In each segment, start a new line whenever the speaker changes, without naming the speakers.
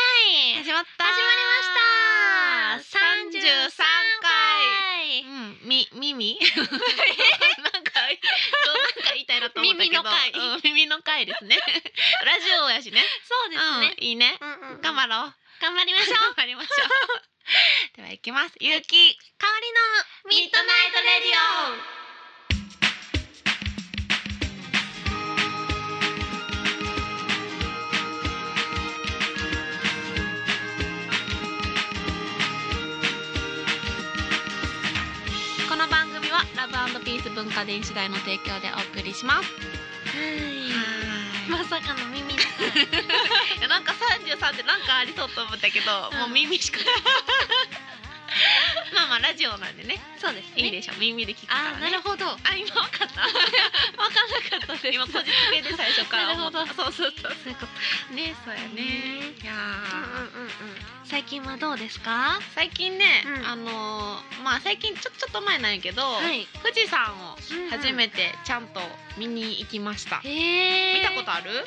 始まった
始まりました
33回うん、み、 耳なんか、そうなんか言いたいなと思ったけど
耳の回
うん耳の回です ねラジオやしね
そうですね、
うん、いいね
うんうんうん
頑張ろう
頑張りましょう
頑張りましょ うでは行きますゆうき
香りのミッドナイトレディオ
この番組はラブピース文化電子代の提供でお送りします
はいまさかの耳の回
いやなんか33ってなんかありそうと思ったけど、
うん
もう耳しか まあまあラジオなんでね
そうですね
いいでしょ耳で聞くから
あーな
ね
るほどわか
あ今わか った
んなかったです
今こじつけで最初から思った
なるほど
そうそうそう
そういうこと
ねそうやねいや
うん
ー
うんうんうん最近はどうですか
最近ね、
うん
あのーまあ最近ちょちょっと前なんやけど、
はい
富士山を
うんうん
初めてちゃんと見に行きました、
へ
見たこと
あ
ある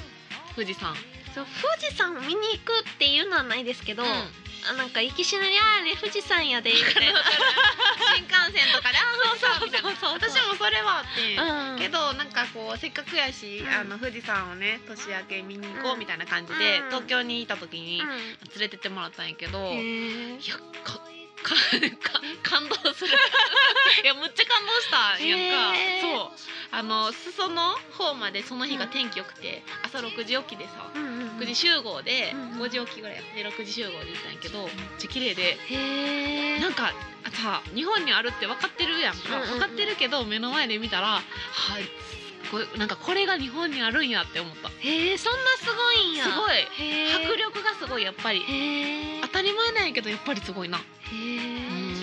富士山
そう富士山を見に行くっていうのはないです けど、
うん
あなんか行きしなりあれ富士山やでみたいな
新幹線とかであー富士 山みたいな
そうそうそうそう
私もそれはあって、
うん
けどなんかこうせっかくやし、
うん
あの富士山をね年明け見に行こうみたいな感じで、
うん
東京にいた時に
うん
連れてってもらったんやけど、いや
へー
かかか感動す るいやむっちゃ感動したんやんか、
へー
そうあの裾の方までその日が天気良くて、朝6時起きでさ
うんうんうん
6時集合で
うん
5時起きぐらいやって6時集合で行ったんやけどめっちゃ綺麗で
へえ
なんかさ日本にあるって分かってるやんか
うんうんう
分
ん
かってるけど目の前で見たらはいすごいなんかこれが日本にあるんやって思ったす
へえそんなすごいんや
ごい
ごい
迫力がすごいやっぱり
へえ
当たり前なんやけどやっぱりすごいな
へえ
うん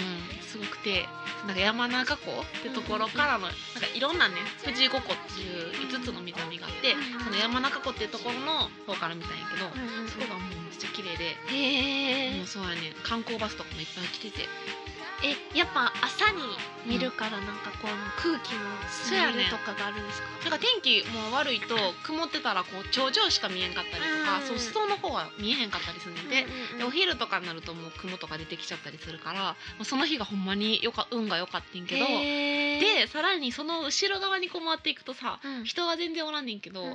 すごくてなんか山中湖ってところからのなんかいろんなね富士五湖っていう5つの湖があって
うんうん
その山中湖っていうところの方から見たんやけどそこがもうめっちゃ綺麗で
へ
も
え
うそうやね観光バスとかもいっぱい来てて
えやっぱ朝に見るからなんかこう空気の
うや
ス
ね
メルとかがあるんですか
なんか天気もう悪いと曇ってたらこう頂上しか見えんかったりと
う
か、
ん
そう裾の方は見えへんかったりするんで,、
うんうん
でお昼とかになるともう雲とか出てきちゃったりするからもうその日がほんまによか運が良かったんけど、
へー
でさらにその後ろ側にこう回っていくとさ、
うん
人は全然おらんねんけど、
うん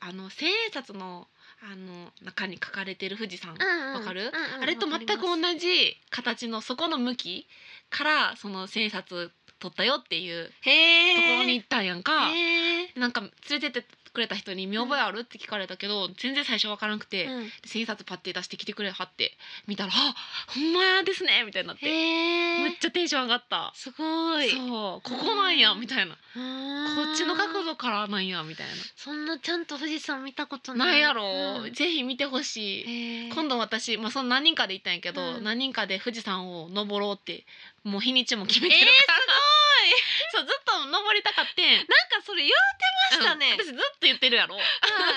あの千円札のあの中に書かれてる富士山、
うんうん
わかる
うんうん
あれと全く同
わかりま
じ形のそこの向きからその千円札取ったよっていう
すへ
と
え
ころに行ったんやんか。
へえ
なんか連れてってくれた人に「見覚えある?」って聞かれたけど全然最初わからなくて
うん
千円札パッて出してきてくれはって見たら「あほんまやですね」みたいになって
へ
め
え
っちゃテンション上がった。
すごい
そうここなんやみたいな
う
こ
ーん
っちの角度からなんやみたい
そんなちゃんと富士山見たこと
な
ない
ないやろ、
うん
ぜひ見てほしい
へー
今度私、まあ、その何人かで行ったんやけど、
うん
何人かで富士山を登ろうってもう日にちも決めてるから、すごい そうずっと登りたかってん
なんかそれ言うてましたね
うん私ずっと言ってるやろ、 ほんまは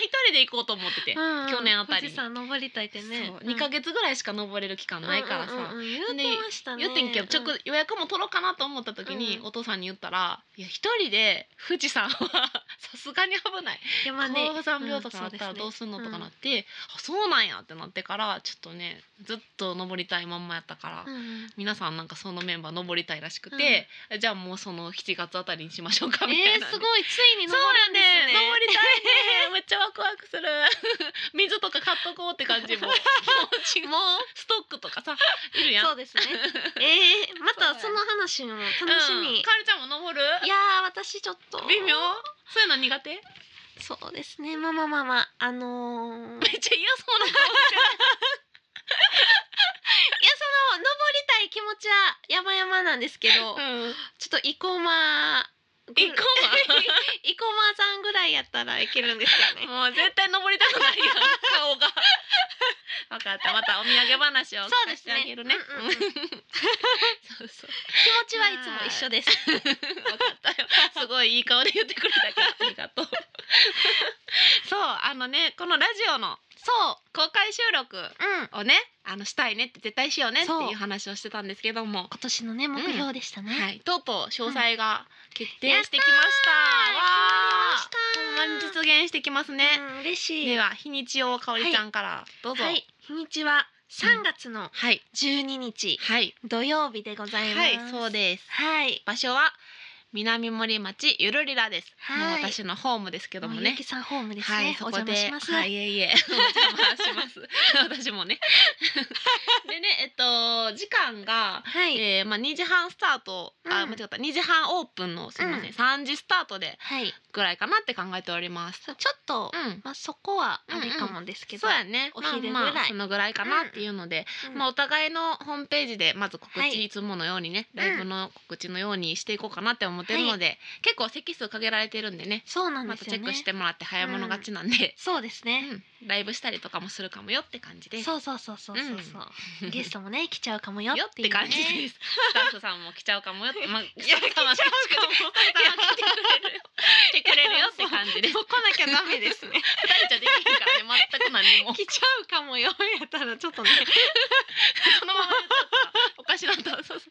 一人で行こうと思ってて、去年あたりに
富士山登りたいってね
そう2ヶ月ぐらいしか登れる期間ないからさ、
うんうんうんうん言ってましたね
言ってんけどちょっと
うん
予約も取ろうかなと思った時に、
うん
お父さんに言ったら「いや一人で富士山はさすがに危ない」
いやまあね
高山病とかあったら
ん
どう
そ
すんのとかなって「あそうなんや」ってなってからちょっとねずっと登りたいまんまやったから。
うですねうん
皆さんなんかそのメンバー登りたいらしくて、じゃあもうその7月あたりにしましょうかみた
え
い
ー
な、
すごいついに
そ
登
うな
る
ん
ん
で
です
ね
すね
登りたいね めっちゃワクワクする水とか買っとこうって感じ も気持ちもストックとかさいるやん
そ うですねえーまたその話も楽し
うん
み
かおりちゃんも登る
いやー私ちょっと
微妙そういうの苦手めっ
そうですねまあまあまあまああのーいやその登り
ちゃ嫌そうな
たい気持ちは山々なんですけど
顔 うん
ちょっと生駒
生駒
生駒さんぐらいやったらいけるんですよ ね。
もう絶対登りたくないやん顔が 分かったまたお土産話を聞かせてあげるね
そうですね
うんそうそう
気持ちはいつも一緒です。
分かったよすごいいい顔で言ってくれたからありが とうそうあのねこのラジオの
そ
公開収録
う、うん、
をねあのしたいねって絶対しようねって
そう
いう話をしてたんですけども
今年のね目標でしたね。
は、
はい
とうとう詳細が決定
うん
してきました。わ
決まりました
ーほんまに実現してきますね。
うん、嬉しい。
では日にちをかおりちゃんからどうぞ。
はい、日は3月の
はい
12日
はい
土曜日でございま
は
す。
いそうです
はい。
場所は南森町ゆるりらです、
はい
もう私のホームですけども
もうゆ
ね
きさんホームですね。
はい、
お
そこ
邪
で
魔します。
はい、い えいえ、お邪魔します。私もね。でね、えっと、時間が、
はい。
えー、まあ、二時半スタート、あ、
うん
間違った、二時半オープンの、すみませ
うん
ん、三、時スタートで。
はい。
ぐらいかなって考えております。
そうちょっと、
うん。
まあそこはあれかもですけ
そ
ど。
うやね。
お昼ぐらい
まあまあそのぐらいかなっていうので、
うん
まあお互いのホームページでまず告知、
はい
い、つものようにね、ライブの告知のようにしていこうかなって思ってるので、結構席数限られてるんでね、
そうなん
ま
で
た
す
チ
よ
ェ
ね。
ックしてもらって早物勝ちなんで、
そうですね。
うん、ライブしたりとかもするかもよって感じです。
そうそうそうそうそうそう。ゲストもね来ちゃうかもよ
よ
っ
って
いう
て
ね
感じです。スタッフさんも来ちゃうかもよって、まあ、
いや来ちゃうかも
スタッフ さんも来てくれるよ。来てくれるよって感じです。
そう来なきゃダメですね。
二人じゃできないからね、全く何にも。
来ちゃうかもよやったらちょっとね。
そのまま言っちゃった。おかしなった。そうそう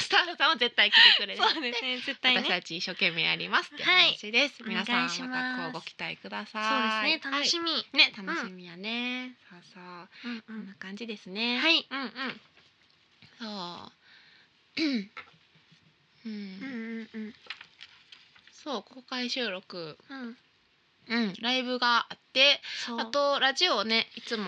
スタッフさんは絶対来てくれる。
そうですね絶対
私
ね。
たち一生懸命やりますっていう話です。
はい
皆さん
お願いします
またこうご期待くだ
そう
さい。
ですね楽しみ。
み、ね楽しみやね。そうそう
う
こ
んうん
んな感じですね。
はい。
うんうん。そう。うん
うんうんうん
そう公開収録、
うん。
うん、ライブがあって
そう。
あとラジオをねいつも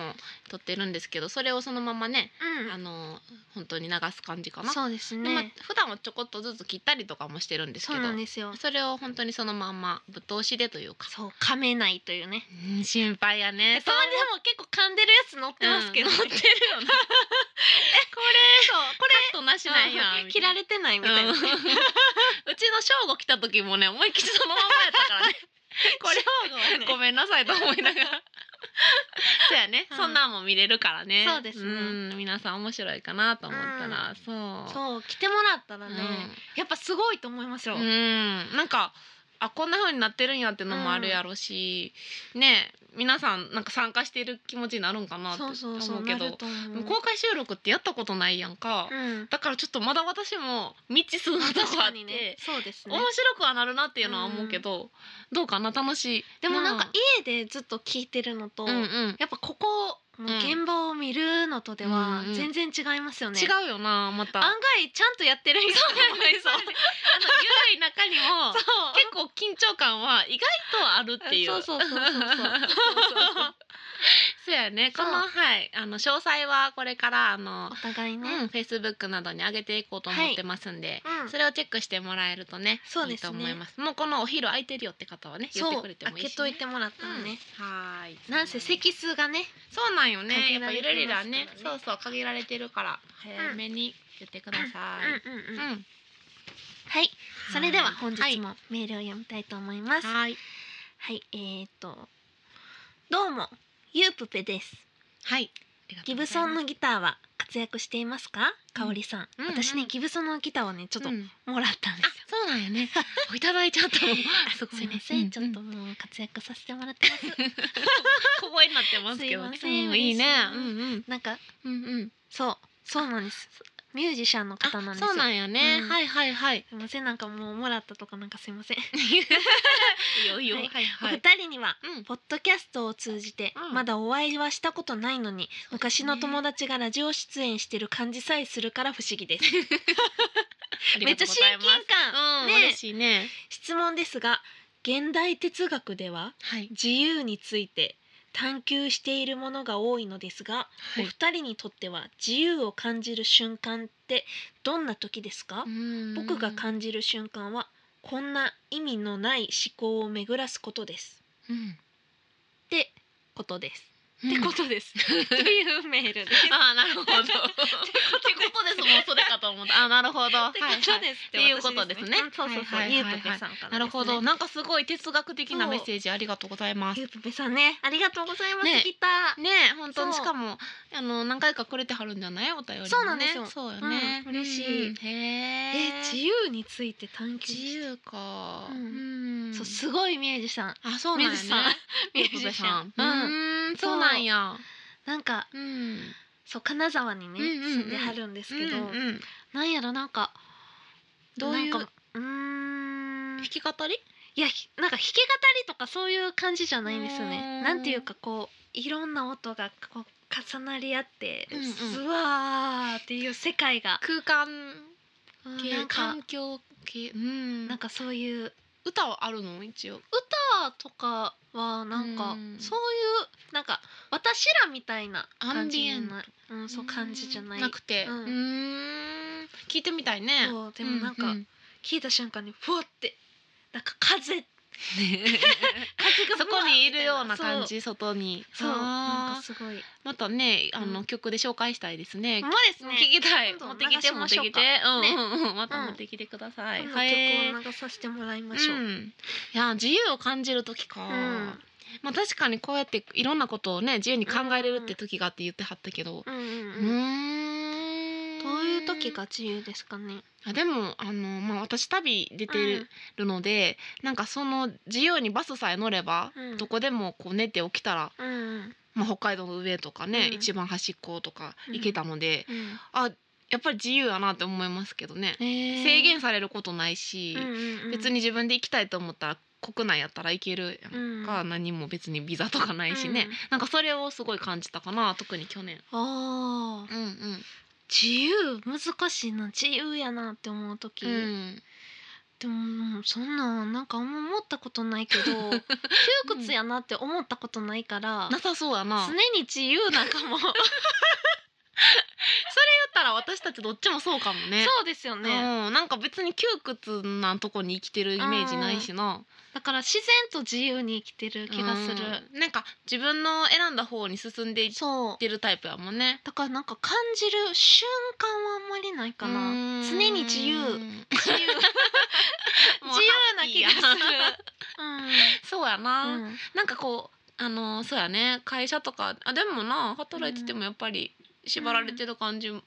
撮ってるんですけどそれをそのままね
うん
あの本当に流す感じかな、
そうで
で
す
まあ
ね。
普段はちょこっとずつ切ったりとかもしてるんですけど
そうなんですよ。
それを本当にそのまんまぶっ通しでというか
そう噛めないというね。
うん心配やね
たまにでも結構噛んでるやつ乗ってますけど、
うん乗ってるよ ね
これそうこれ
カットなしなんやみた
切
いな
られてないみたいな、
うん うちの正吾来た時もね思いっきりそのままやったからね これ
は
ごめんなさいと思いながらそうやね、
うん
そんなんも見れるからね
そうですね
ん皆さん面白いかなと思ったら、そう
そう来てもらったら
う
ね、
ん
やっぱすごいと思いますよ、
うん、なんかあこんな風になってるんやってのもあるやろし、ね皆さんなんか参加してる気持ちになるんかなって
そ
思
うそうそう
うけ
な
ど
ると思う
公開収録ってやったことないやんか、
うん
だからちょっとまだ私も未知数なと
確
こあ
か
って、
にねそうですね
面白くはなるなっていうのは思うけど、どうかな楽しい
でもなんか家でずっと聞いてるのと、
うんうん
やっぱここの現場を見るのとでは
うん
全然違いますよね、
違うよなまた
案外ちゃんとやってるんやそう
なんですよあの緩い中に も
そう
結構緊張感は意外とあるっていう。
そうそうそうそうそうそうそう
そうやね。こ
そう
のはい、あの詳細はこれからあの
お、互いね、
うん、Facebook などに上げていこうと思ってますんで、
うん
それをチェックしてもらえるとね、
そう
い
で
いと
す
思
ね
います。もうこのお昼空いてるよって方はね、言っ
そ
て
う
くれて
開
もいいし、ね。
けといてもらったらね、
うんはーい。
なんせ席数がね
そうなんよね。
限
やっ
ら
ぱ
れ
ゆ
てますから
る
ね
りらね、そうそう限られてるから早めに言ってください。
うんうんうん
うん
はいそれでは本
は
日
い
もメールを読みたいと思いますはい、
はい
えーっとどうもゆうぷぺです
はい。
ギブソン
の
のギターは活躍していますかかおりさん、
うんうんうん
私ねギブソンのギターをねちょっと
うん
もらったんで
あ
すよ、、
そうなんよね。 いただいちゃ ったもん。すご
す
い
い
ね
ません、ちょっ
う
と
う
もう活躍させてもらって ます
小声になってますけどね。
すいません
うんいいね。う
嬉
ん
しい
うん
なんか
うんうん。
そうそうなんですミュージシャンの
あ
方なんですよ
そうなんやね。
うん
はいはいはい。
すいませんなんかもうもらったとかなんかすいません、
いいよいい
よ
はい
お
はい。
二人には
うん。
ポッドキャストを通じて
うん
まだお会いはしたことないのに、
そうです
昔
ね
の友達がラジオ出演してる感じさえするから不思議です めっちゃ親近感、
うん、
ね
嬉しいね。
質問ですが現代哲学では
はい。
自由について探求しているものが多いのですが、
は
お
い。
二人にとっては自由を感じる瞬間ってどんな時ですか、僕が感じる瞬間はこんな意味のない思考を巡らすことです
うん。
ってことです、
うん
ってこ とですというメールです
あーなるほど。 ってことですもんそれかと思 った。あーなるほど。は
っ
い
てこと
はい。
です
っていうことですね
うんそうそうそう、
はいはい
ゆう
はい
ぷぺさんから、
なるほど。。なんかすごい哲学的な
そう
メッセージありがとうございます。
ゆうぷぺさんね、ありがとうございます。
ね
ギター。
ねえ本当に
そ
し
う
かもあの何回かくれてはるんじゃないお便りもね
そうなんですよ
そうよね、
うん嬉しい
うんへ
え
え
自由について探求。
自由か
うん
ん
そう、すごいミュージシャン。
あそうなんやね
水さんミュージシャン
う
うん、
んうんそうなんや
なんか、
うん
そう、金沢にね、
うんうんうん
住んではるんですけど、
うんうん
なんやろ、なんか。
どういう
なんかうーん
弾き語り
いやひなんか弾き語りとかそういう感じじゃないんですよ
うー
ね
ん
なんていうかこういろんな音がこう重なり合って、
うんうん
すわーっていう世界が、
空間
うんな
系
んか
環境系うん
なんかそういう
歌はあるの一応
歌とかはなんか、
うん
そういうなんか私らみたいな感じじゃない、うん、そう感じじゃない
なくてう
うん
ーん聞いてみたいね
そうでもなんか
う
聞いた瞬間にふわってなんか風
ね
風 が
そこにいるような感
じ
じ外に
そうなん
あ
か
ー
すごい
またねあ
う
の
ん
曲で紹介したいですね
ほんまですね
聞きたい
今度
持ってきて
流し
持
ま
って
しょう
きて
か
うんうん うんまた
うん
持ってきてください
今
はい
度曲を流させてもらいましょう、
うん、いや自由を感じる時か、
ん
まあ確かにこうやっていろんなことをね自由に考えれるって時があって言ってはったけど
うんうん
う
うん
ーん
どういう時が自由ですかね。
あでもあの、まあ、私旅出てるので、なんかその自由にバスさえ乗れば、
うん
どこでもこう寝て起きたら、
うんうん
まあ、北海道の上とかね、
うん
一番端っことか
うん
行けたので、
うん。
あやっぱり自由やなって思いますけどね、制
制
限されることないし、別に自分で行きたいと思ったら国内やったら行けるやんか、何も別にビザとかないしね、
うん
なんかそれをすごい感じたかな特に去年。
ああ
うんうん
自由難しいな自由やなって思う時、
うん、
でももうそんなんなんかあんま思ったことな いけど窮屈やなって思ったことないから、
なさそうやな。
常に自由なんかもそ
ったら私たちどっちもそうかも ね。
うですよ
う
ね、
ん、なんか別に窮屈なとこに生きてるイメージないしな、
だから自然と自由に生きてる気がする、
うんなんか自分の選んだ方に進んでいっ
そう
てるタイプやもんね
だからなんか感じる瞬間はあんまりないか
う
なん常に自 由自由
もう
自由な気がする
ハッピーや そうや
う
な、
ん、うん
なんかこうあのそうやね会社とかあでもな働いててもやっぱり縛られてる感じうん、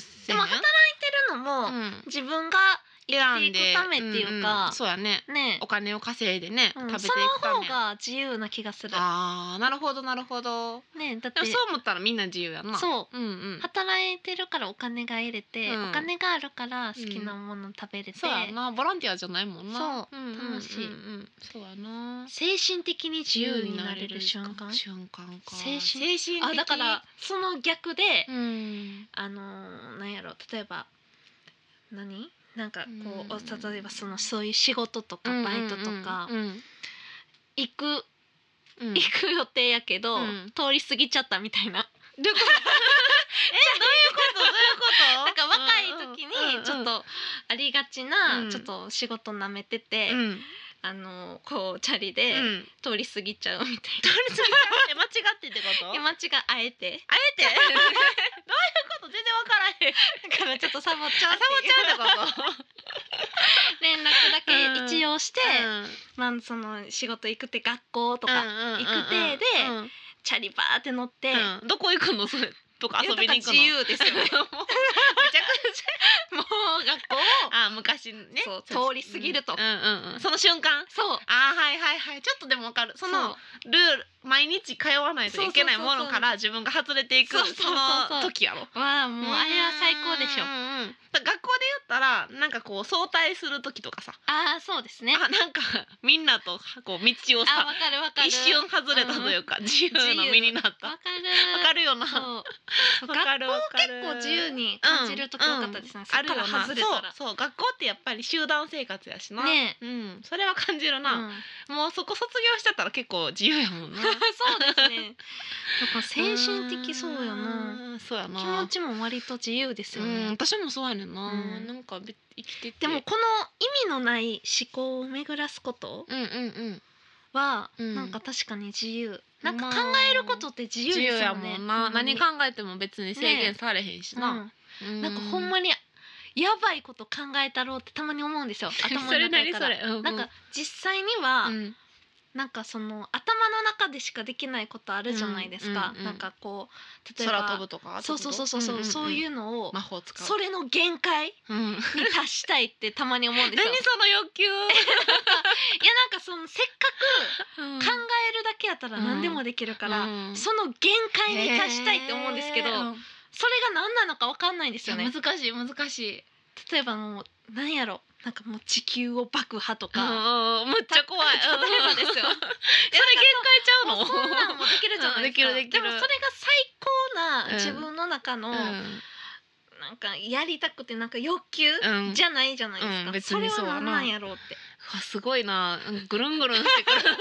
せえ
で
へん
も働いてるのも、
うん
自分が
選
生きていくためっていうか
んんそうやね
ね
お金を稼いでね、
うん
食べてい
そ
くた
の
め
方が自由な気がする
あーなるほどなるほど
ねだっ
でも
て
そう思ったらみんな自由やなう
そうん
うん
働いてるからお金が得れて、
うん
お金があるから好きなもの食べれて、
そうやなボランティアじゃないもんな、
そう
んん
楽しい
うんうん、そうやな
精神的に自由になれる瞬間
瞬間か
精神
精神的
あだからその逆で、
うん
あのーなんやろ例えば何なんかこう、
うん
お例えばそのそういう仕事とかバイトとか、
うんうん
行く
うんうん、えどういう
行く予定やけど、
うん
通り過ぎちゃったみたいな
ことどういうこと
なんか若い時にちょっとありがちな、
うん
ちょっと仕事なめてて、
うんうんうんうん
あのこうチャリで通り過ぎちゃうみたい
通り過ぎちゃって間違ってってこと
な、今違うあえ
あえて
て
どういうこと全然わからへん
だからちょっとサボっちゃう
あサボっち ゃうってこと
っていう連絡だけ一応して、
うん
まあその仕事行くて学校とか、
うんうんうんうん
行く手で
うん
チャリバーって乗って、
うんどこ行くのそれとか遊びに行くの
自由ですよ
も
ね
うめちゃくち
もう学校を
ゃ あ昔ね
そう通り過ぎると
うんうんうんその瞬間
そう
あーはいはいはいちょっとでもわかるそのルール毎日通わないといけないものから自分が外れていく
そうそうそう
その時やろ
まあもうあれは最高でしょ
うんうんうんだから学校で言ったらなんかこう早退する時とかさ
ああそうですね
あなんかみんなとこう道を
あわ
さ
かるわかる
一瞬外れたというか自由の身になった
わ
わ
かる
かるよな
そう
わかるわかる
学校結構自由に感じる時多かったですね、そ
あ
っ
る
か
よ
ら
な
外れたら
そうそう学校ってやっぱり集団生活やしな、
ね
うん、それは感じるな、
うん
もうそこ卒業しちゃったら結構自由やもんな
そうですねだから精神的そうやな
なそうやな
気持ちも割と自由ですよ
う
ね、
ん、私もそうやねんな、
うん
なんかべ生きてて
でもこの意味のない思考を巡らすこと
うんうんうん
は、
うん
なんか確かに自由なんか考
まあ
えることって自由
自
で
由
す
や
よ
も
ね
んな、
ほんま
何
に
考えても別に制限されへんしな、う
うんなんかほんまにやばいこと考えたろうってたまに思うん ですよ頭の
それな
中
り
か
そ
ら
れ、う
なんか実際には、
うん
なんかその頭の中でしかできないことあるじゃないですか、
うんうんうん
なんかこう例えば
空飛ぶとか
そうそうそうそうそう,、そういううのを、
魔法使う
それの限界に
うん、何そ
達したいってたまに思うん ですよいや
の欲求、
なんかそのせっか
うん
く考えるだけやったら何でもできるから、
うん
その限界に達したいって思うんですけど、
へー
それが何なのかわかんないんですよね。
難しい難しい
例えばもう何やろなんかもう地球を爆破と
うん
か、
うんうんむっちゃ怖い
た例 え ばですよ。
それ限界ちゃう
もう
の
そんなんもできるじゃな
うん
いですか。
できるできる
もそれが最
うん
自分の中の、
うん
なんかやりたくてなんか欲求、
うん
じゃないじゃないですか、
うん別にそう
れ
やな
は何なんやろうって
あすごいなぐるんぐるんしてくる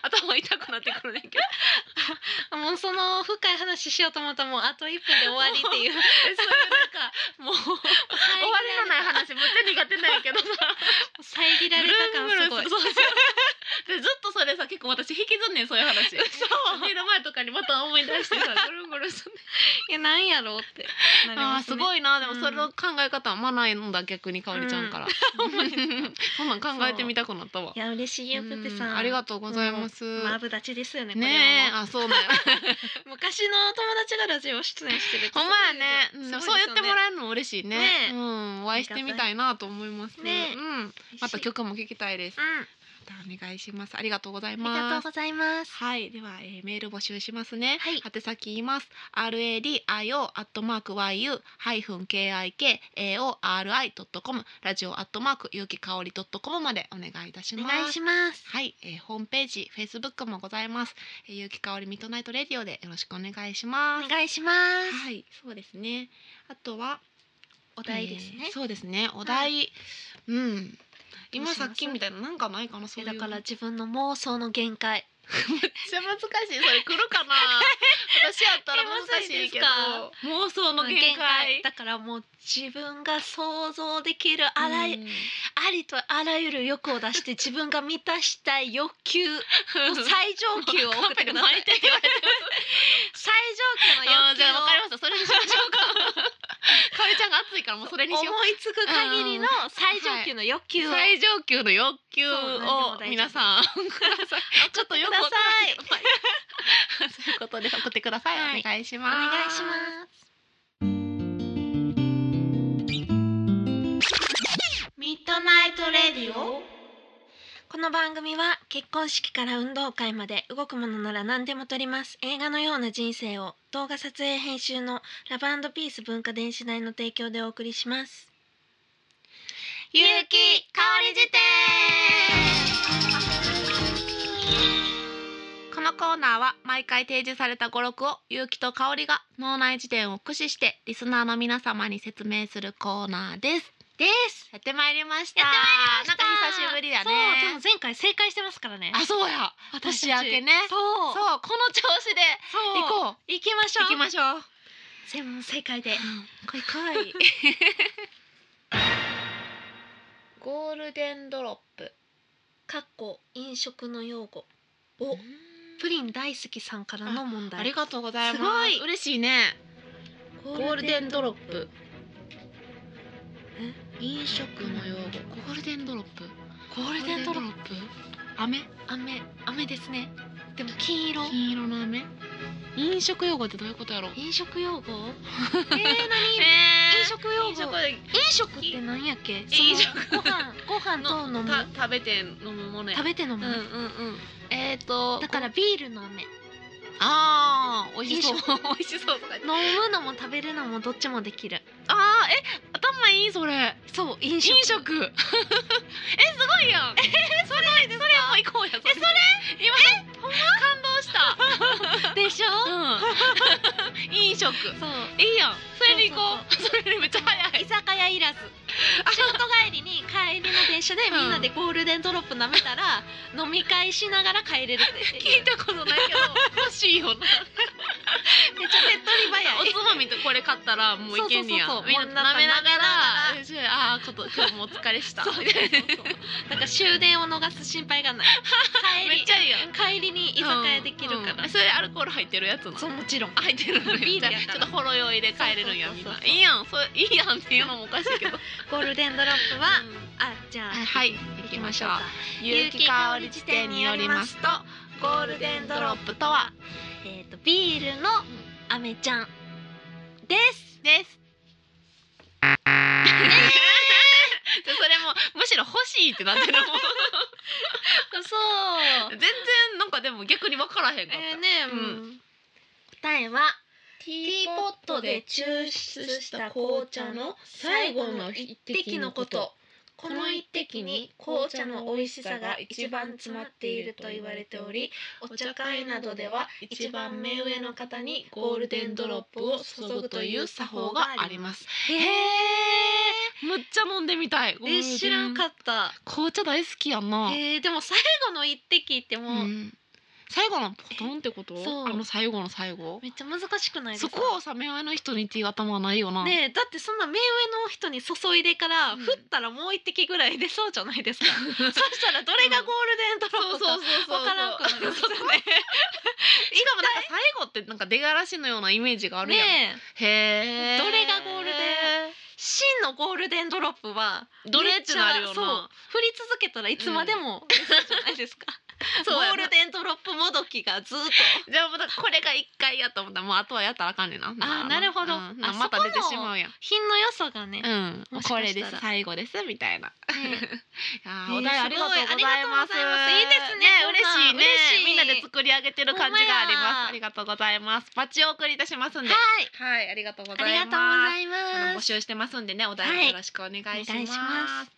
頭痛くなってくるねんけど
あもうその深い話しようと思ったらもうあと1分で終わりってい う
えそうい うなんかもう終わりのない話むっちゃ苦手なんやけどさ
遮られた感すごい
ぐるんぐるんそうそうでずっとそれさ結構私引きずんねんそういう話寝る前とかにまた思い出してさぐるんぐるんすんねん
いやなんやろうってなり
あ
ま
ー
す、
す
ね、い
ごいなでもそれの考え方はまないんだ逆にかおりちゃんから、
うん ほんまですか
そんなん考えてみたくなったわ
や嬉しいよペペさ
うんんありがとうございます、
マブダチですよねこれはも
ねえ
う
あそう だよ
昔のお友達がラジオ出演してるって
ほんまやね、うん
すごいです
そ
よ
う言ってもらえるの嬉しいね
ねえ
うんお会いしてみたいなと思います
ねえ
うんまた曲も聞きたいです
う。ん
またお願いします。ありがとうござい
ありがと
ま
う
す。
ございます
はい、では、えー、メール募集しますね。
はい
宛先言います。R. A. D. I. O. アットマーク Y. U. ハイフン K. I. K. A. O. R. I. ドットコム。ラジオアットマークゆうきかおりドットコムまでお願いいたし
お
ます。
願いします
はい、えー、ホームページ、フェイスブックもございます。えー、ゆうきかおりミッドナイトレディオでよろしくお願いします
お。願いします
はい、そうですね。あとはお
題ですね
そうですね。お題、うん。
どうしま
今
す
さっきみたいななんかないかなそういう
えだ
の。
から自分の妄想の限界
ちゃ難しいそれ来るかな私やったら難しいけど
え
妄想の限界
だからもう自分が想像できるあらゆ、
うん
ありとあらゆる欲を出 して自分が満たしたい欲求の最上級を送
カン
ってください
ペで巻いてって言われてる
最上級の
あー
欲
じ
求
ゃあわかり
を
ましたそれにしましょうかかおりちゃんが熱いからもうそれにし
思
よう
いつく限りの最上級の欲求を送
最上級の欲求
そうなん
を
でも大丈夫
皆さんください ちょっと
って
よ
く
く
だ
わ
さ
かんない
い
ということで送ってください、
はい
お願いし
お
ます
願いしますミッドナイトレディオこの番組は結婚式から運動会まで動くものなら何でも撮ります映画のような人生を動画撮影編集のラブピース文化電子台の提供でお送りします
ゆうきかおり辞典このコーナーは毎回提示された語録をゆうきとかおりが脳内辞典を駆使してリスナーの皆様に説明するコーナーです
です
やってまいりました
やってまいりま
なん
した
か久しぶりだ
そうで
ね
も前回正解してますからね
あそうや私
私た
明
ち
けね
そう
そうこの調子で
そう
行こう
行きましょう
行きましょう
全問正解で
かいかいゴールデンドロップ
かっこ飲食の用語をプリン大好きさんからの問題
ありがとうございます
すごい
嬉しいね
ゴ
ゴールデンドロップ
プ
飲食の用語ゴールデンドロップ
ゴールデンドロッ
ッ
プ
プ飴
雨雨ですねでも金色
金色の飴飲食用語ってどういうことやろう
飲 食用語えー何飲
飲
食用語
飲食
飲食ってなんやっけその
飲食
ご飯 ご飯と飲む
た食べて飲むものや
食べて飲
うん
む
うんうんえっ、ー、と
だからビールの飴
ああ美味しそう
飲
美味しそうとか言って
飲むのも食べるのもどっちもできる
あーえ頭いいそれ
そう飲食
飲食 えすごい やんそれそれも行こうやそれえそれ今感動した
でしょ
うん、飲食
そう
いいやんそれで行こうそれでめっちゃ早
居
い
酒屋 いらず仕事帰りに帰りの電車でみんなでゴールデンドロップ舐めたら飲み会しながら帰れ るって
聞いたことないけど 欲しいよな
めっちゃ手っ取り早
お
い
つまみとこれ買ったらもういけんねや
そうそうそう
みんな舐めながら
も
ああーこと今日もお疲れした
そうそうそうだから終電を逃す心 配がない
めっ
帰
ちゃいいやん
り帰りに居酒屋できるか
うんう
ら
んそれアルコール入ってるやつなの
そうもちろん
入ってるの
ビー
よ
ルやから
ちょっとほろ酔いで帰れるんや
そう
みん
そうそうそう
ないいやんそれいいやんっていうのもおかしいけど
ゴールデンドロップはあじゃあ
はい行
行
き
き
ま
ま
し
し
ょ
ょ
う
うか
有機香り辞典によりますとゴールデンドロップとは
えっ、とビールの飴ちゃんです
です。でそれもむしろ欲しいってなってるもん
そう
全然なんかでも逆に分からへんかった、
えー、ね、う
うん
ん、答えは
テ
ティーポットで抽出した紅茶の最後の一滴のこと。この一滴に紅茶の美味しさが一番詰まっていると言われておりお茶会などでは一番目上の方にゴールデンドロップを注ぐという作法があります
す。
へ
へえ、むっちゃ飲んでみたい。
え知らんか
っ
っ
た。
た
紅茶大好きやんな。
えー、でも最後の一滴って
う
もう、
ん、最後のポトンってこと
えそう
あの最後の最後
めっちゃ難しくないです
そ
か
こをさ目上の人にっていう頭はないよ な、
ねえだってそんな目上の人に注いでから、
うん
振ったらもう一滴ぐらい出そうじゃないですかそした らどれがゴールデンドロップかわからんくなりますよね
しかもなんか最後ってなんか出がらしのようなイメージがあるやん、
ねえ
へえ
どれがゴール真のゴールデンドロップは
どれってなるよ
めっちゃそう
な
振り続けたらいつまでも出そうじゃないですか、
そうや
ゴ
な
ールデンドロップもどきがずっと
じゃあもうだからこれが一回やと思ったらもうあとはやったらあかんねんな
あーなるほど
うん
あ
また出てしまうやん
品の良さがね、
うん
もし
こ
かしたら
れです最後ですみたいな
ね
あー
ね
お題ありがとうございます。
すごいありがとうございますいいですねこんな
嬉しいね
嬉しい
みんなで作り上げてる感じがあり
ほんまや
ます。ありがとうございます。バッチをお送りいたしますんで。
は
はい、ありがとうござい
あ
ま
り
す。
がとうござい
あの
ま
募
す
集してますんでね、お
は
題
い
よろしくお願いします。
お願いします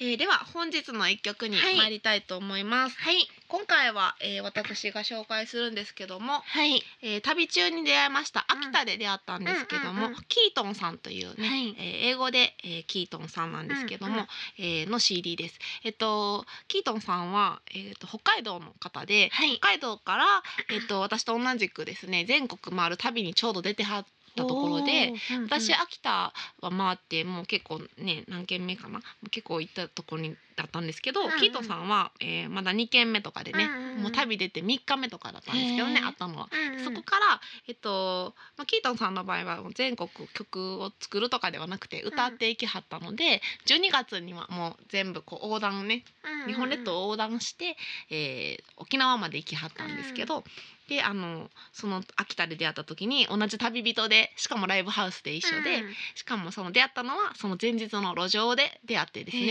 えーでは本日の一曲に
はい
参りたいと思います。
はい
今回は、えー私が紹介するんですけども、
はい
えー旅中に出会いました
うん
秋田で出会ったんですけども、
うんうんうん
キートンさんというね、
は
え
い
ー英語で、えーキートンさんなんですけども、
うんうん
えーの CD です。えっとキートンさんは、えっと北海道の方で
はい
北海道から、えっと私と同じくですね全国回る旅にちょうど出てはったところで。
おー、
私
うんうん
秋田は回ってもう結構ね何軒目かな結構行ったところにだったんですけど、
うんうん
キートンさんは、えーまだ2軒目とかでね、
うんうんうん
もう旅出て3日目とかだったんですけどね
へー
あったのは。
うんうん
そこから、えっとまあ、キートンさんの場合はもう全国曲を作るとかではなくて歌っていきはったので、12月にはもう全部こう横断ね
うんうんうん
日本列島を横断して、えー沖縄まで行きはったんですけど、であのその秋田で出会った時に同じ旅人でしかもライブハウスで一緒で、
うん
しかもその出会ったのはその前日の路上で出会ってですね
へ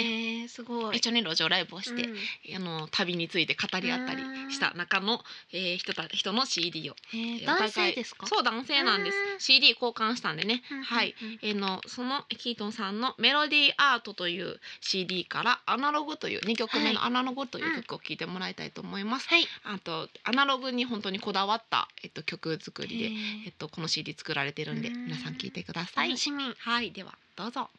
ーすごい
一緒に路上ライブをして
う、ん
あの旅について語り合ったりした中の、えー人た人の CD を
へ
え
ー
ーお互
男
い
性ですか
そう男性なんです
うん
CD 交換したんでね、
うんうんうん
はいえーのそのキートンさんの「メロディーアート」という CD から「アナログ」という2曲目の「アナログ」という曲を聴いてもらいたいと思います。
はい
あとアナログに本当にこだわった、えっと、曲作り
へ
で、
ー
えっと、この CD 作られてるんで
うん
皆さん聴いてください
楽。しみ
はい、ではどうぞ。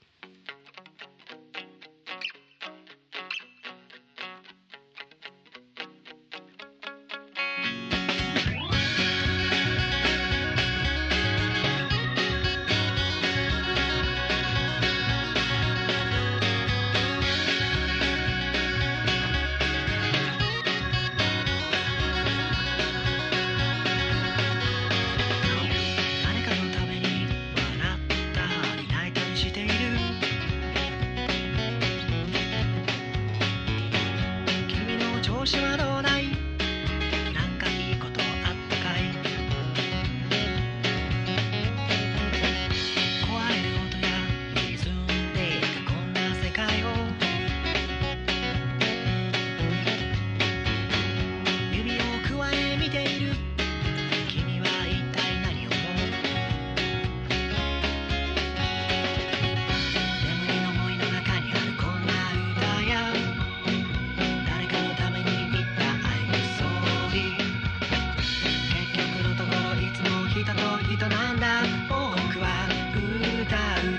誰かのために笑ったり泣いたりしている君の調子はどうだいなんかいいことあったかい怖いことや沈んでいくこんな世界を指をくわえ見ている君は一体何を思う眠りの森の中にあるこんな歌や誰かのために言った愛のストーリー結局のところいつも人と人なんだ僕は歌う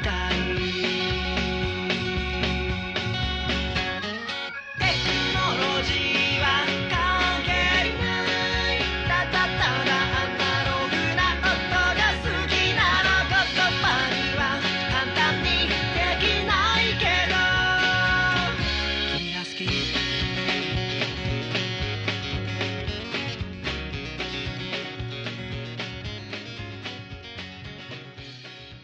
たいテクノロジーは関係ないただ単なアナログなことが好きなら言葉には簡単にできないけど君が好き
ゆう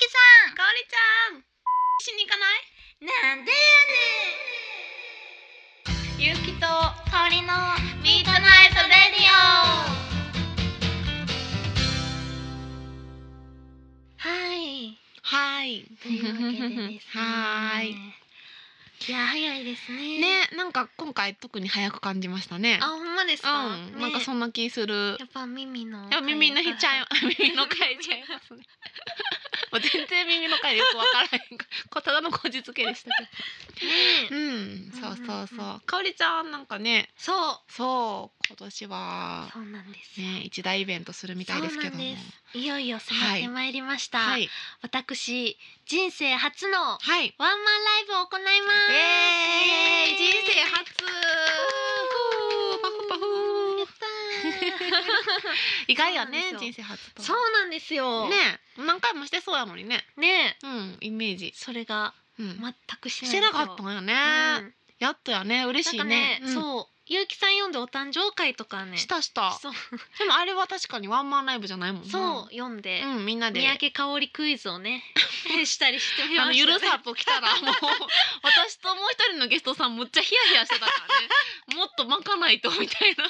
きさんかおりちゃんしに行かないなんでやねんゆうきとかおりのミートナイトレディオはい
はい。
というわけでです ね
はい。
いや早いですね
ね、なんか今回特に早く感じましたね
あ。ほんまですか、
うん、なんかそ
の
んな気する
や。っぱ耳の
やっぱ耳の
回
日ちゃい、耳の変えちゃいますね。もう全然耳の回でよくわからへんからこうただのこじつけでしたけどうんそうそうそう、
うんうん
かおりちゃんなんかね
そう
そう今年は
そうなんです
ね一大イベントするみたいですけども
そうなんですいよいよ迫ってまいりました、
はい
私人生初のワン
はい
マンライブを行います、
えー、人生初パフパ
やっ
フ
たー
意外やね
そうなんで
人生初と
そうなんですよ
ね何回もしてそうやのにね
ね
うんイメージ、
それが
うん
全くし
してて
な
ないかったんよね、
たうん、
やっとやね嬉
なん
しい
か
ね
ね、
うん
そうゆうきさん読んでお誕生会とかね
したした
そう
でもあれは確かにワンマンライブじゃないもんな
そう読んで、
うんみんなで
三宅香織クイズ をねしたりしてみま
あのゆ
した
るさと来たらもう私ともう一人のゲストさんむっちゃヒヤヒヤしてたからねもっと巻かないとみた いな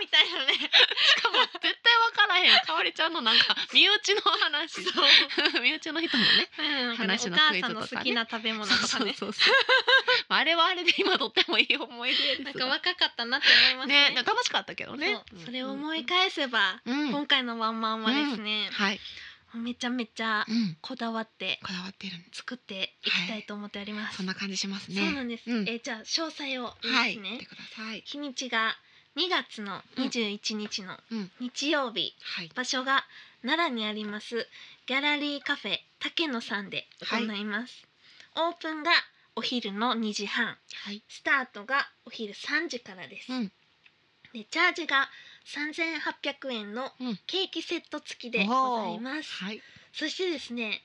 みたいなね
しかも絶対わからへんかわりちゃんのなんか身内の話 身内の人もね
うん、
話の
お母
クイズ
さん
とかね
の好きな食べ物とかね
そうそうそうまああれはあれで今とってもいい思い出です
なんか若かったなって思いますね
ね楽しかったけどね
そうそれを思い返せば、
うん、うん
今回のワンマンはですね、
はい、
めちゃめちゃ
うん、
こだわって
こだわってるね
作っていきたいと思っております、
そんな感じしますね
そうなんです、
うん
えーじゃあ詳細を
は
言
い
いますね、
言ってください
日にちが2月の21日の
うん
日曜日、
はい
場所が奈良にありますギャラリーカフェ竹野さんで行います、オープンがお昼の2時半
はい
スタートがお昼3時からです、
うん
でチャージが3800円の
うん
ケーキセット付きでございます、
はい
そしてですね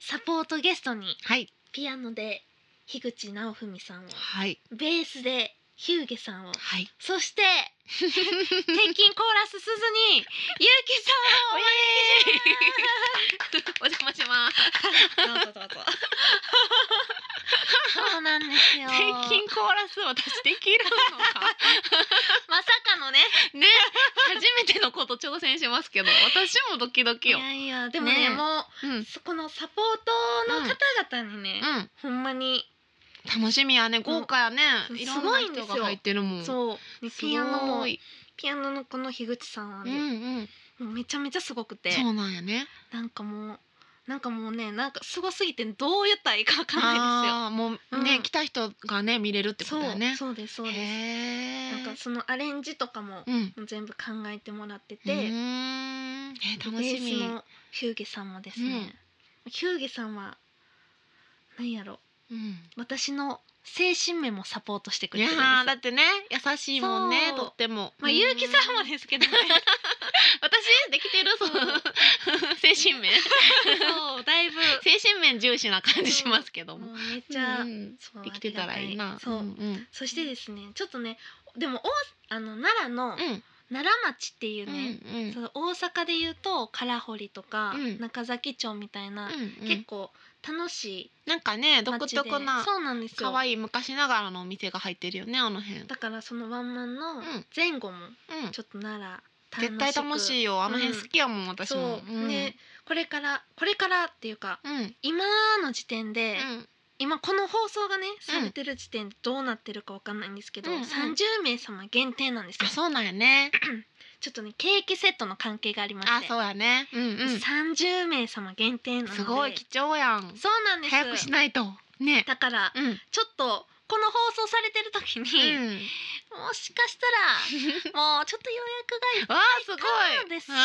サポートゲストに
はい
ピアノで樋口直文さんを
はい
ベースでヒューゲさんを
はい
そして転勤コーラスすずにゆうきさんを
お邪魔します
ど うぞどうぞ。そうなんですよ。
転勤コーラス私できるの か
まさかのね。
ね初めてのこと挑戦しますけど私もドキドキ
い
よ
やいや、でもね、
ね
も
うんう
うんそこのサポートの方々にね、ほんまに、
楽しみやね豪華やね
うん
いろんな
すごいんです
人
よ
が入ってるもん
そう、ね
すごい
ピアノもピアノのこの樋口さんは
うん
ね、
うん
もうめちゃめちゃすごくて、
そうなんやね
なんかもうなんかもうね、なんかすごすぎてどう言ったらいいかわかんないんで
ああーもう
うん
ね来た人がね見れるって
す
こと
よ。
だよね
そうそうですそうです。
へ
なん
ー
かそのアレンジとかも
うん
全部考えてもらって
う
て、
ーんえ楽
ベ
し
ース
み
のヒューゲさんもですね、ヒューゲさんは何やろ
うん
私の精神面もサポートしてく
い
れ
や
てるん
ー
で
だってね優しいもんね
そう
とっても
すまあゆうきさんもですけどね
私できてるその 精神面
そうだ いぶ
精神面重視な感じしますけども
もうめっち
じ
ゃ、
ゃあで
そう
きてたらいいな
ありがたいそう、
うんうん
そしてですねちょっとねでもおあの奈良
う
の
ん
奈良町っていう
うん
ね、
うん
その大阪でいうと唐堀とか、
うん
中崎町みたいな、
うん
結構楽しい
なんかね独
町で
特な
そうなんですよ
可愛い昔ながらのお店が入ってるよねあの辺。うん
だからそのワンマンの
ん
前後もちょっと奈良
絶対楽し
い
いよあの辺
うん
好きやもん私
そ
も。
う、
ん
ねこれからこれからっていうか
うん
今の時点で、今この放送がねされてる時点でどうなってるかわかんないんですけど、
うんうん
30名様限定なんですよ
あそうなんやね。
ちょっとねケーキセットの関係がありまし
あ
て
そうやね。うんう。
30名様限定なんのです
ごい貴重やん。
そうなんです
早くしないとね。
だから
うん。うん
ちょっとこの放送されてる時に、 もしかした らもうちょっと予約がいっ
わあすご
ぱい
い。
ですし、
うんう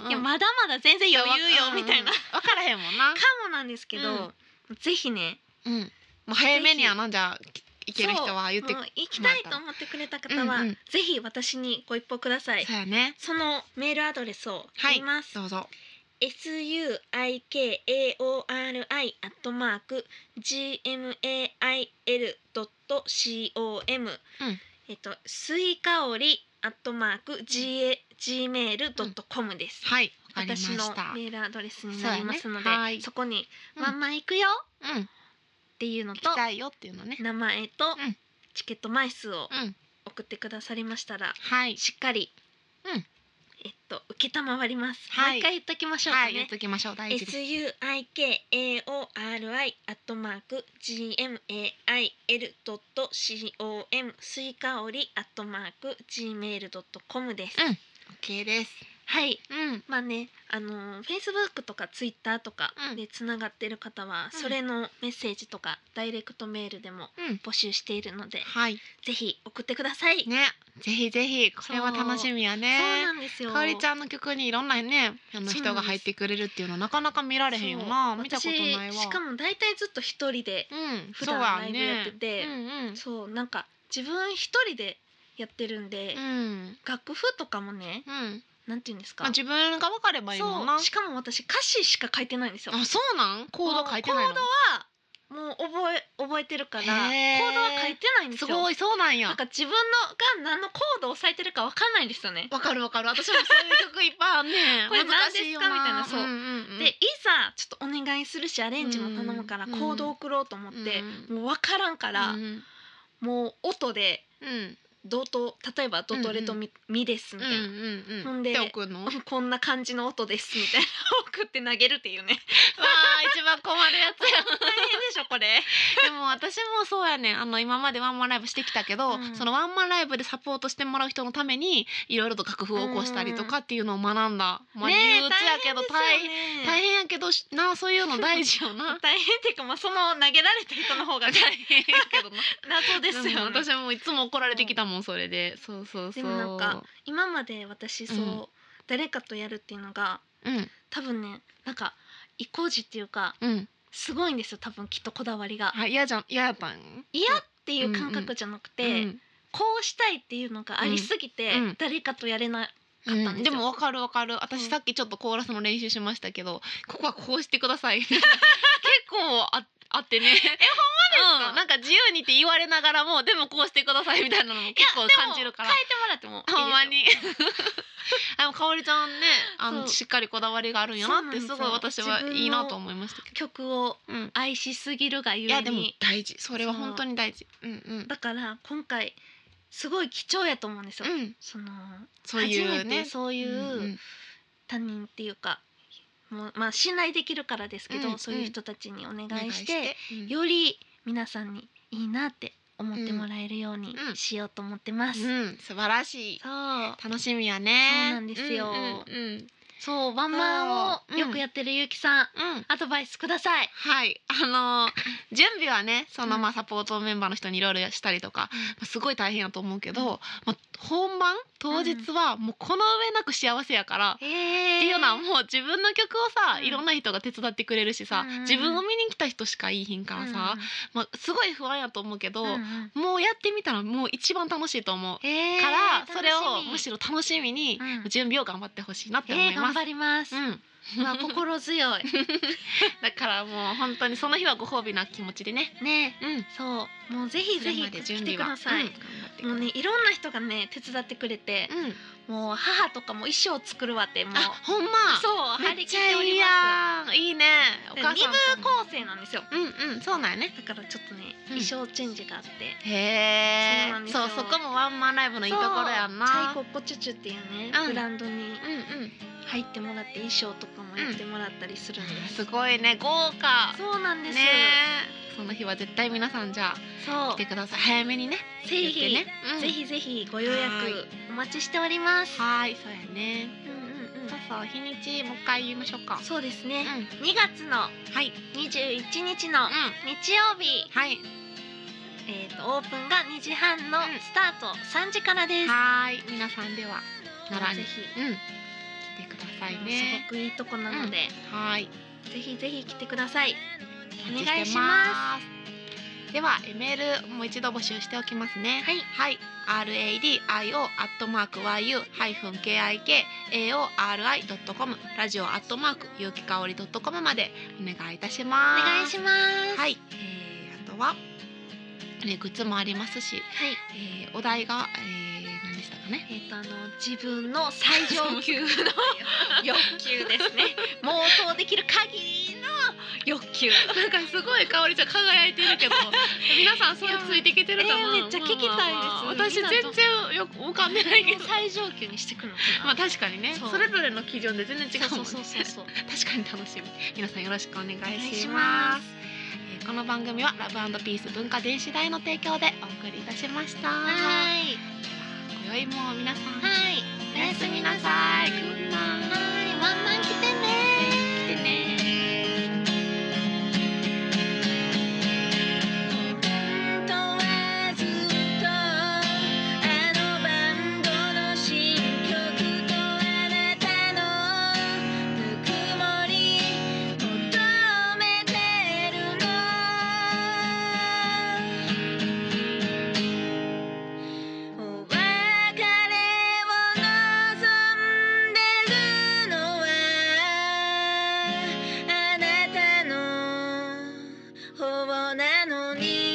んうん
いやまだまだ全然余裕よみたいな、
わうんうん分からへんもんな
か。もなんですけど、ぜひね
うん。もう早めにはなんじゃいける人は言ってく
そうもう行きたいと思ってくれた方は、
うんうん
ぜひ私にご一報ください
そうやね。
そのメールアドレスを言います、
どうぞ。
suikaori アットマーク gmail ドット com、
ん
えっとスイカオリアットマーク g gmail ドット com です、
はい。わかりま
私
し
の
た。
メールアドレスになりますので
そう
そ,、
やねはい
こに
うん
まんま行くよ
うん。
っていうの
行き
と、
たいよっていうのね。
名前と
ん
チケット枚数を
うん。
送ってくださりましたら
はい。
しっかり、
うん
えっと受けたまわります、
はい
もう一回言っときましょうか
はい。言っ
ね、
ときましょう。大事です
S。U I K A O R I アットマーク G M A I L ドット C O M スイカオリアットマーク G メールドットコムです、
うん OK です。
はい
うん
まあねあのフェイスブックとかツイッターとか
うん
でつながってる方は、
うん
それのメッセージとかダイレクトメールでも
うん
募集しているので、
はい
ぜひ送ってください、
ねぜひぜひこれは楽しみや
そう
ね
なんですよ
かおりちゃんの曲にいろんなねあの
そうなんです
人が入ってくれるっていうのはなかなか見られへんよな
そう
見たことないわ
私しかも大体ずっと一人で
うん
普
そう
段
や
ライブや
ね
ってて
うん
そうなんか自分一人でやってるんで、
うん
楽譜とかもね
うんうん
なんていうんですか、
まあ自分が分かればいいもんな
そうしかも私歌詞しか書いてないんですよ
あそうなんコード書いてないの
コードはもう覚え覚えてるからコード
へー
は書いてないんです
す
よ
ごいそうなん
なん
や
か自分のが何のコードを押さえてるかわかんないんですよね、
わかるわかる私もそういう曲いっぱいあんね
これ
難しいよ
何ですかみたいなそう
うんうんうん
でいざちょっとお願いするしアレンジも頼むから
う
コ
ん
ード送ろうと思って、
うん
もう分からんから、
うん
もう音で
うん
ドと例えばドとレとミ,、ミですみ
う
たいな、
んうん
ほ
うん
ん
っ
で
て送るの わあ
こんな感じの音ですみたいな送って投げるっていうね
一番困るやつや
大変でしょこれ
でも私もそうやねんあの今までワンマンライブしてきたけど、
うん
そのワンマンライブでサポートしてもらう人のためにいろいろと楽譜を起こしたりとかっていうのを学んだ、まあ、
ねえ
憂鬱やけど大
大
変,、
変ですよね
大変やけどしなそういうの大事よ な
大変っていうかまあその投げられた人の方が
大変やけどな
謎です
うん
よね
私もいつも怒られてきたもんそれでそうそうそう
でもなんか今まで私そう、
うん
誰かとやるっていうのが
うん
多分ねなんか意固地っていうか
うん
すごいんですよ多分きっとこだわりが
あ嫌じゃん嫌やったん
嫌っていう感覚じゃなくて、
うん
こうしたいっていうのがありすぎて、
うんうん
誰かとやれない
うん
買ったんですよ
でもわかるわかる
う
私
ん
さっきちょっとコーラスの練習しましたけど、ここはこうしてくだ さい結構ああってねえほんまです
か
うん、なんか自由にって言われながらもでもこうしてくださいみたいなのも結構感じるから
でも変えてもらってもいいですよ
ほんまに でもかおりちゃんねあ
そ
の
う
しっかりこだわりがあるんやなって
そう
す
なんですよ
ごい私は
自分の
いいなと思いましたけど、
曲を
うん、
愛しすぎるがゆ
い
え
やでも
に
大事それは本当に大事うんうん
だから今回すごい貴重やと思うんですよ、
うん
その
そういう
初め
ね
てそういう、
んん
他人っていうかもうまあ信頼できるからですけど、
うん
そういう人たちにお願いして
うん
より皆さんにいいなって思ってもらえるように
うん
しようと思ってます。
うん素晴らしい
そう
楽しみやね
そうなんです
う
よ
んうん
そうワンマン
そう
をよくやってるゆうきさん、
うんうん
アドバイスください。
はいあのー準備はねその、
うん
まあサポートメンバーの人にいろいろしたりとか、
うん
まあすごい大変やと思うけど、
うん
まあ、本番当日はもうこの上なく幸せやから、
え
っていうのはもう自分の曲をさ、
うん
いろんな人が手伝ってくれるしさ、
うん
自分を見に来た人しかいいひんからさ、まあ、すごい不安やと思うけど、
うんうん
もうやってみたらもう一番楽しいと思う、
えー
から
楽しみ
それをむしろ楽しみに
うん
準備を頑張ってほしいなって
え
思
ー
いま
頑
す。
張ります。
うん、
まあ心強 い
だからもう本当にその日はご褒美な気持ちでね。
ね。
うん。
そうもうぜひぜひ
それまで準
来
備
てく
は
ださい。
うん頑張ってく
も
だ
う
さ
ねいろんな人がね手伝ってくれて、
いうん。
もう母とかも衣装作るわってもう
あ、ほんま。
そう張
め
り
っち
切っ
ゃ
てお
いい
りま
やん。いいね。お
す。
母
二
さんと
部
も。
構成なんですよ。
うんうん、そうなんやね。
だからちょっとね、
うん
衣装チェンジがあって。
へ
そうなん
え。
です
そ
よ
う、そこもワンマンライブのいいところやん
そうチャイ
な
コ。ッコチュチュっていうね、
うん
ブランドに
うんうん。
入ってもらって衣装とかもやってもらったりするんです。
すごいね、豪華。
そうなんです。
ねえ。その日は絶対皆さんじゃあ
そう
来てください。早めにね。
ぜひ
言ってね。うん
ぜ。ひぜひご予約
はい
お待ちしております。
はーい、そうやね。
うんうんうん
そうそう、日にちもう一回言いましょうか。
そうです
う
ね
ん。。
2月の
はい。
21日の
う
日曜日
ん。、はい。
えー、とオープンが2時半の
うん
スタート3時からです。
はーい、皆さんでは奈良
ぜ
に、
ひ、
うん、来てください
す
ね。
ごくいいとこなので、
はーい、
ぜひぜひ来てください。
お待ち
願い
て。
します
では、えメールもう一度募集しておきますね。
はい
はい、R A D I O アットマーク Y U ハイフン K I K A O R I ドットコムラジオアットマーク有機香りドットコムまでお願いいたし
お
ます。
願いします。
はい、えー、あとは、ね、グッズもありますし、
はい。
えー、お題が、えー、何でしたかね。
えっ、とあの自分の最上級の 欲求ですね。妄想できる限りの欲求。
なんかすごい香りちゃん輝いてる けど皆さんそれついてきてるかな、
いやえーめっちゃ聞きたいです
私全然よくわかんないけど
最上級にしてくのかな。
まあ確かにね
そう
それぞれの基準で全然違うもん
そ
ね
うそうそうそう。
確かに楽しみ皆さんよろしくお願いします
お願いします
えーこの番組はラブピース文化電子代の提供でお送りいたしました
はーい。
今宵も皆さん
はいおやすみなさい
グッナイ
はいワンマン来てね
来てね
「本当はずっとあのバンドの新曲とあなたのぬくもり求めてるの」「お別れを望んでるのはあなたの」方なのに」